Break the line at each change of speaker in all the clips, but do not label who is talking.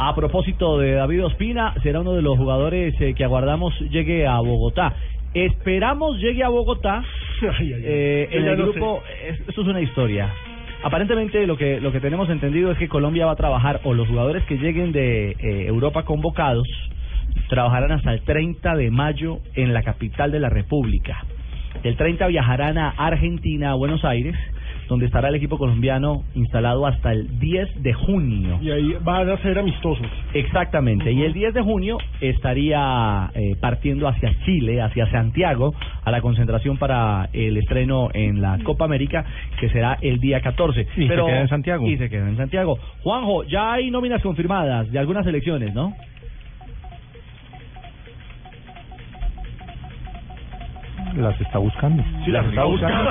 A propósito de David Ospina, será uno de los jugadores eh, que aguardamos llegue a Bogotá. Esperamos llegue a Bogotá. Eh, en
Ya
el
no sé.
grupo, es- esto es una historia. Aparentemente lo que lo que tenemos entendido es que Colombia va a trabajar o los jugadores que lleguen de eh, Europa convocados trabajarán hasta el 30 de mayo en la capital de la República. Del 30 viajarán a Argentina, a Buenos Aires, donde estará el equipo colombiano instalado hasta el 10 de junio.
Y ahí van a ser amistosos.
Exactamente, y el 10 de junio estaría eh, partiendo hacia Chile, hacia Santiago, a la concentración para el estreno en la Copa América, que será el día 14.
Y se queda en Santiago.
Y se queda en Santiago. Juanjo, ya hay nóminas confirmadas de algunas elecciones, ¿no?
Las está buscando. Sí, las está buscando.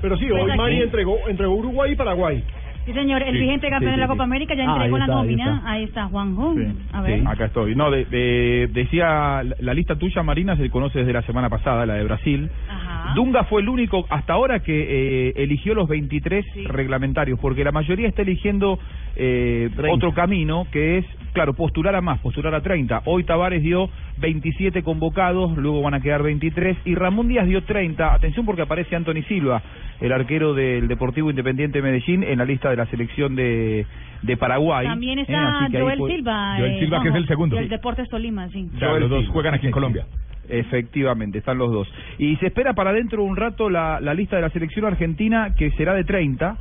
Pero sí,
Pues
hoy
aquí-
Mari entregó, entregó Uruguay y Paraguay.
Sí, señor, el vigente campeón
sí,
de la
sí,
Copa
sí.
América ya
Ah,
entregó
ahí
la
está, ahí
nómina.
está.
Ahí está Juanjo. A ver.
Acá estoy. No, de- de- decía la- la lista tuya, Marina, se conoce desde la semana pasada, la de Brasil.
Ajá.
Dunga fue el único hasta ahora que eh, eligió los 23
Sí.
reglamentarios, porque la mayoría está eligiendo eh,
30.
otro camino, que es, claro, postular a más, postular a 30. Hoy Tavares dio 27 convocados, luego van a quedar 23, y Ramón Díaz dio 30. Atención porque aparece Anthony Silva, el arquero del Deportivo Independiente de Medellín, en la lista de la selección de, de Paraguay.
También
¿eh?
está
Así que ahí
Joel
po-
Silva.
Joel
eh,
Silva, que es
Juanjo,
el segundo.
Del Deportes Tolima, sí.
Ya, los dos juegan aquí en Colombia. Efectivamente, están los dos. Y se espera para dentro de un rato la, la lista de la selección argentina, que será de 30.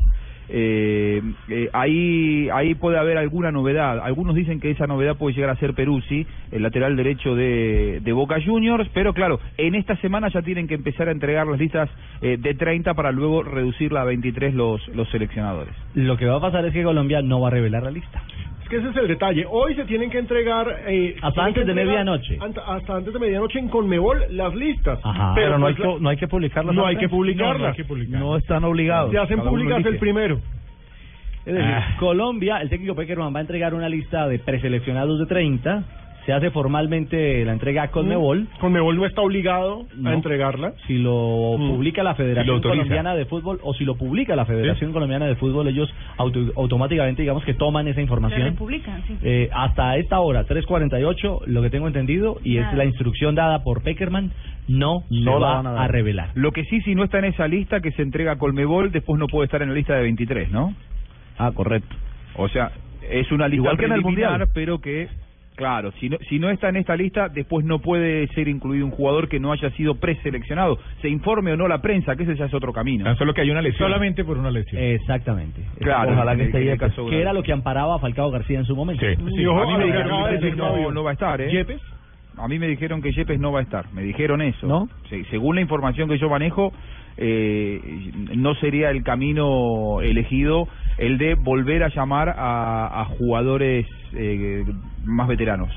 Eh, eh, ahí ahí puede haber alguna novedad. Algunos dicen que esa novedad puede llegar a ser Peruzzi, el lateral derecho de, de Boca Juniors, pero claro, en esta semana ya tienen que empezar a entregar las listas eh, de 30 para luego reducirla a 23 los, los seleccionadores.
Lo que va a pasar es que Colombia no va a revelar la lista.
Es que ese es el detalle. Hoy se tienen que entregar... eh,
Hasta
tienen que
antes de
entregar
medianoche.
ant- hasta antes de medianoche en Conmebol las listas.
Ajá. Pero no hay
pues,
que-
la-
no hay que publicarlas
No
antes.
hay que publicarlas.
No, no hay que publicarlas. No están obligados.
Se hacen
Cada uno
públicas
elige.
el primero.
Es decir,
Ah.
Colombia, el técnico Peckerman va a entregar una lista de preseleccionados de 30. Se hace formalmente la
Mm.
entrega a Conmebol.
Conmebol no está obligado
No.
a entregarla.
Si lo
Mm.
publica la
Si lo
Federación
autoriza.
Colombiana de Fútbol o si lo publica la Federación Colombiana de Fútbol, ellos auto- automáticamente, digamos que toman esa
La
información.
República, sí.
Eh, hasta esta hora, 3.48, lo que tengo entendido, y es
Nada.
la instrucción dada por Peckerman, no,
No
se
la
va
van a
a,
dar.
revelar.
Lo que sí, si no está en esa lista que se entrega a Colmebol, después no puede estar en la lista de 23, ¿no?
Ah, correcto.
O sea, es una lista
Igual que en el
preliminar,
Mundial.
pero que claro, si no, si no está en esta lista, después no puede ser incluido un jugador que no haya sido preseleccionado. Se informe o no la prensa, que ese ya es otro camino.
Ah, solo que hay una lesión. Solamente por una lesión.
Eh, Exactamente.
Claro,
Ojalá que
en
esté
el
ahí el
caso
caso.
grave.
Que era lo que amparaba a Falcao García en su momento.
Y ojo,
a mí
a
me
lo que
dijeron
acaba de
que
decir
no,
Fabio.
no va a estar, ¿eh?
Yepes.
A mí me dijeron que Yepes no va a estar. Me dijeron eso.
¿No?
Sí, según la información que yo manejo, eh, no sería el camino elegido el de volver a llamar a, a jugadores eh, más veteranos.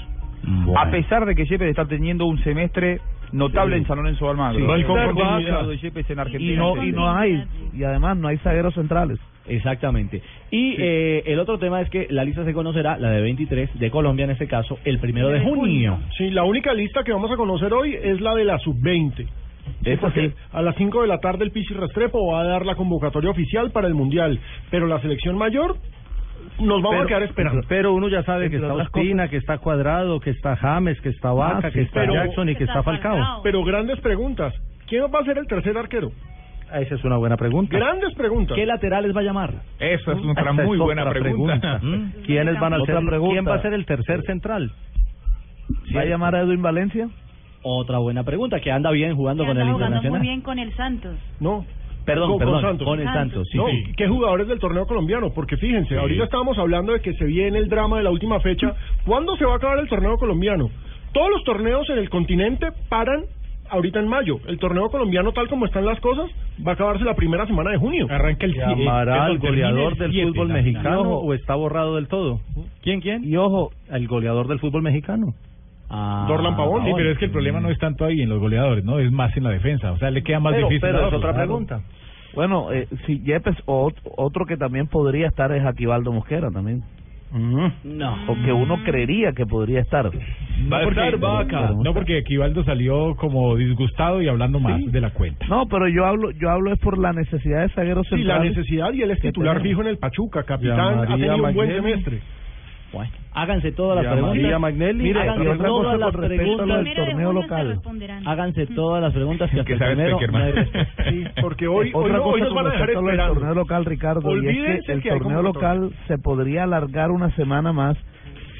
Bueno.
A pesar de que Yepes está teniendo un semestre notable en San Lorenzo de Almagro.
Sí. No hay
Está
continuidad.
jugando de Yepes en Argentina.
Y no- y no hay-
y además no hay zagueros centrales. Exactamente. Y eh, el otro tema es que la lista se conocerá, la de 23 de Colombia en este caso, el primero de junio.
Sí, la única lista que vamos a conocer hoy es la de la sub-20.
Eso sí.
A las 5 de la tarde el Pichi Restrepo va a dar la convocatoria oficial para el Mundial, pero la selección mayor nos vamos a quedar esperando.
Pero uno ya sabe
que está Ospina,
que está Cuadrado, que está James, que está Vaca, que
está Jackson
y que está Falcao.
Pero grandes preguntas. ¿Quién va a ser el tercer arquero?
Ah, Esa es una buena pregunta.
Grandes preguntas.
¿Qué laterales va a llamar?
Eso es
Esa
una
es
muy
otra
buena pregunta.
¿Mm?
¿Quiénes van a
Otra
ser-
pregunta.
quién va a
ser el tercer central?
¿Va a llamar
a Edwin Valencia? Otra buena pregunta, que anda bien jugando
Que
con
anda
el
jugando muy
Internacional.
bien con el Santos.
No.
Perdón,
Con- con
perdón,
Santos.
Ah,
con el Santos, sí,
No,
sí.
¿Qué jugadores del torneo colombiano? Porque fíjense, ahorita estábamos hablando de que se viene el drama de la última fecha. ¿Cuándo se va a acabar el torneo colombiano? Todos los torneos en el continente paran ahorita en mayo. El torneo colombiano, tal como están las cosas, va a acabarse la primera semana de junio.
Arranca el
¿Llamará al goleador del fútbol mexicano o
está borrado del todo? ¿Quién, quién?
Y ojo, el goleador del fútbol mexicano.
Dorlan
Ah,
Pavón.
Sí, pero es que el problema no es tanto ahí en los goleadores, ¿no? Es más en la defensa. O sea, le queda más
Pero,
difícil.
pero
a
es
otros.
otra pregunta.
Bueno, eh, si Yepes, o ot- otro que también podría estar es Aquivaldo Mosquera también. No. O que uno creería que podría estar.
Va a estar vaca. No, porque Equivaldo salió como disgustado y hablando más de la cuenta.
No, pero yo hablo yo hablo es por la necesidad de zagueros
Sí, la
centrales.
necesidad y él es titular
tenemos.
fijo en el Pachuca, capitán, ha
Llamaría
tenido un buen
Magnelli.
semestre.
Háganse todas las
Llamaría
preguntas.
Magnelli.
eh,
Mire,
Háganse
y otra
todas
cosa
las
con
preguntas.
respecto a lo del
Primero de
torneo
junio se
local.
responderán.
Háganse todas las preguntas que hasta
Que este
el
sabe
primero
Peckerman.
no hay respuesta.
Sí, porque hoy, hoy,
este Otra
no-
cosa
hoy nos
con
van a dejar
respecto al
esperando.
torneo local, Ricardo, y es
Olvídense
que el
que hay
torneo
convocatoria.
local se podría alargar una semana más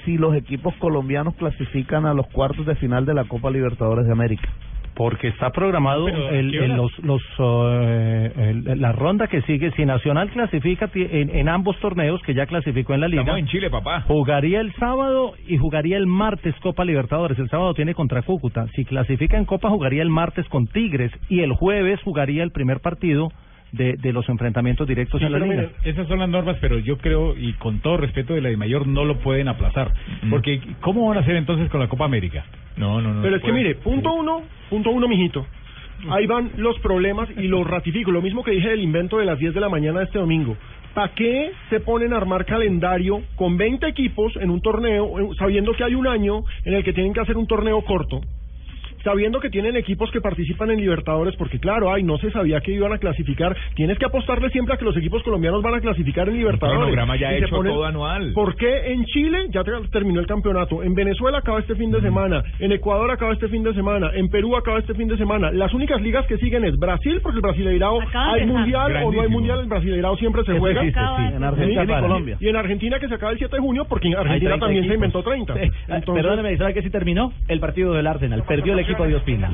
si los equipos colombianos clasifican a los cuartos de final de la Copa Libertadores de América.
Porque está programado
Pero, ¿a
el,
qué hora?
el- los, los, eh, el- la ronda que sigue. Si Nacional clasifica ti- en, en ambos torneos, que ya clasificó en la liga,
Estamos en Chile, papá.
jugaría el sábado y jugaría el martes Copa Libertadores. El sábado tiene contra Cúcuta. Si clasifica en Copa, jugaría el martes con Tigres y el jueves jugaría el primer partido de, de los enfrentamientos directos en la
pero
liga.
mira, esas son las normas, pero yo creo, y con todo respeto de la de mayor, no lo pueden aplazar. Porque, eh, ¿cómo van a hacer entonces con la Copa América? No, no, no.
Pero es que
pueden.
mire, punto uno, punto uno, mijito. Ahí van los problemas y los ratifico. Lo mismo que dije del invento de las 10 de la mañana de este domingo. ¿Para qué se ponen a armar calendario con 20 equipos en un torneo, eh, sabiendo que hay un año en el que tienen que hacer un torneo corto? Sabiendo que tienen equipos que participan en Libertadores, porque claro, ay, no se sabía que iban a clasificar. Tienes que apostarle siempre a que los equipos colombianos van a clasificar en Libertadores.
cronograma ya
Y se
hecho todo anual.
¿Por qué en Chile ya te- terminó el campeonato? En Venezuela acaba este fin de semana, en Ecuador acaba este fin de semana, en Perú acaba este fin de semana. Las únicas ligas que siguen es Brasil, porque el Brasileirao
Acaba de
hay
empezar.
mundial o no hay
Grandísimo.
mundial, el Brasileirao siempre se juega.
existe, sí.
Y-
En Argentina y Colombia.
Y en Argentina que se acaba el 7 de junio, porque en Argentina también se inventó 30. Entonces-
¿sabe qué sí terminó? El partido del Arsenal. Perdió el equipo de Ospina.